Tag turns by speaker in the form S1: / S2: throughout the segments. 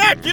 S1: é que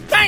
S1: Tá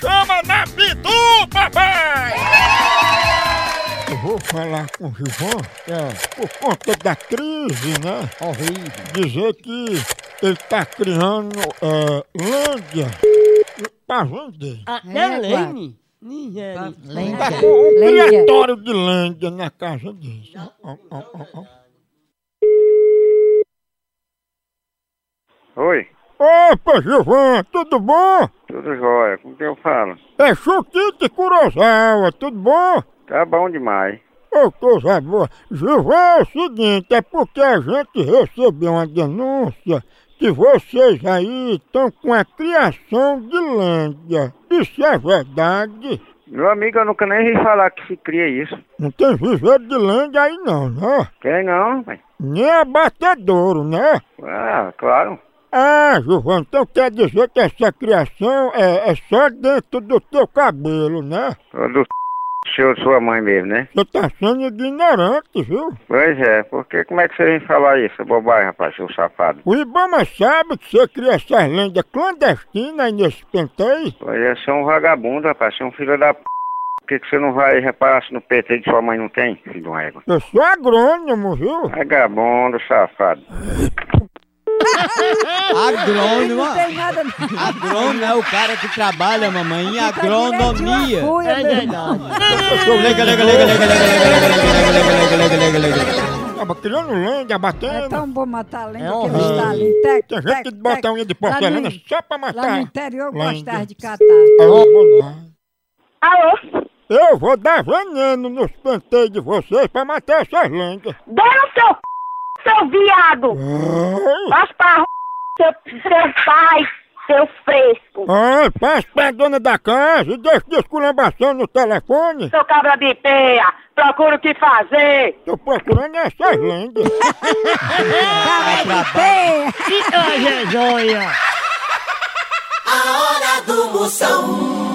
S1: chama na Pitu, papai! Eu vou falar com o Gilvan, é, por conta da crise, né?
S2: Horrível.
S1: Dizer que ele tá criando é, Lândia pra vender.
S2: Até
S3: Égua.
S2: Lene. Nigéria.
S1: Tá
S3: Lenda.
S1: com um
S3: Lenda.
S1: criatório de Lândia na casa dele. Ó, ó, ó, ó, ó.
S4: Oi,
S1: Opa, Gilvan, tudo bom?
S4: tudo jóia, com quem eu falo?
S1: É Chuquito e Kurosawa, tudo bom?
S4: Tá bom demais.
S1: Ô, coisa boa. Gilvan, é o seguinte, é porque a gente recebeu uma denúncia que vocês aí estão com a criação de Lândia. Isso é verdade?
S4: Meu amigo, eu nunca nem vi falar que se cria isso.
S1: Não tem viveiro de Lândia aí não, né?
S4: Quem não? pai?
S1: Nem abatedouro, né?
S4: Ah, claro.
S1: Ah, Gilvan, então quer dizer que essa criação é, é só dentro do teu cabelo, né?
S4: Ô, Do seu sua mãe mesmo, né?
S1: Você tá sendo ignorante, viu?
S4: Pois é, porque como é que você vem falar isso, seu bobagem, rapaz, seu safado?
S1: O Ibama sabe que você cria essas lendas clandestinas aí nesse penteio?
S4: Pois é, você é um vagabundo, rapaz, você é um filho da p. Por que, que você não vai reparar se no PT de sua mãe não tem, filho de uma égua?
S1: Eu sou agrônomo, viu?
S4: Vagabundo, safado.
S3: Ele Não
S2: Agrônoma.
S3: tem nada não.
S2: Agrônoma é o cara que trabalha, mamãe, em
S3: Tá direito de uma
S2: agronomia.
S3: cuia,
S1: É,
S3: né? meu irmão.
S1: Eu sou
S2: Lega, lega, lega, lega, lega, lega, lega, lega, lega, lega, lega, lega.
S1: Tava criando lenda,
S3: É
S1: tá batendo.
S3: tão bom matar a lenda
S2: É
S3: que eles
S2: horrível.
S3: estão ali. Tec,
S1: Tem
S3: tec,
S1: gente que
S3: tec.
S1: bota unha de
S3: Lá
S1: porcelana
S3: no-
S1: só pra
S3: Lá no
S1: matar.
S3: interior eu
S1: Lenda.
S3: gostava de catar.
S1: Ah, vamos lá.
S5: Alô?
S1: Eu vou dar veneno nos penteios de vocês pra matar essas lendas.
S5: Dona seu p... seu viado!
S1: Ai,
S5: Vai pra r... seu, seu pai, seu fresco!
S1: ai, ah, passa pra dona da casa e deixa de esculambação no telefone.
S5: Seu cabra de peia! Procura o que fazer!
S1: Tô procurando essas lendas.
S3: Bem,
S6: A hora do Moção.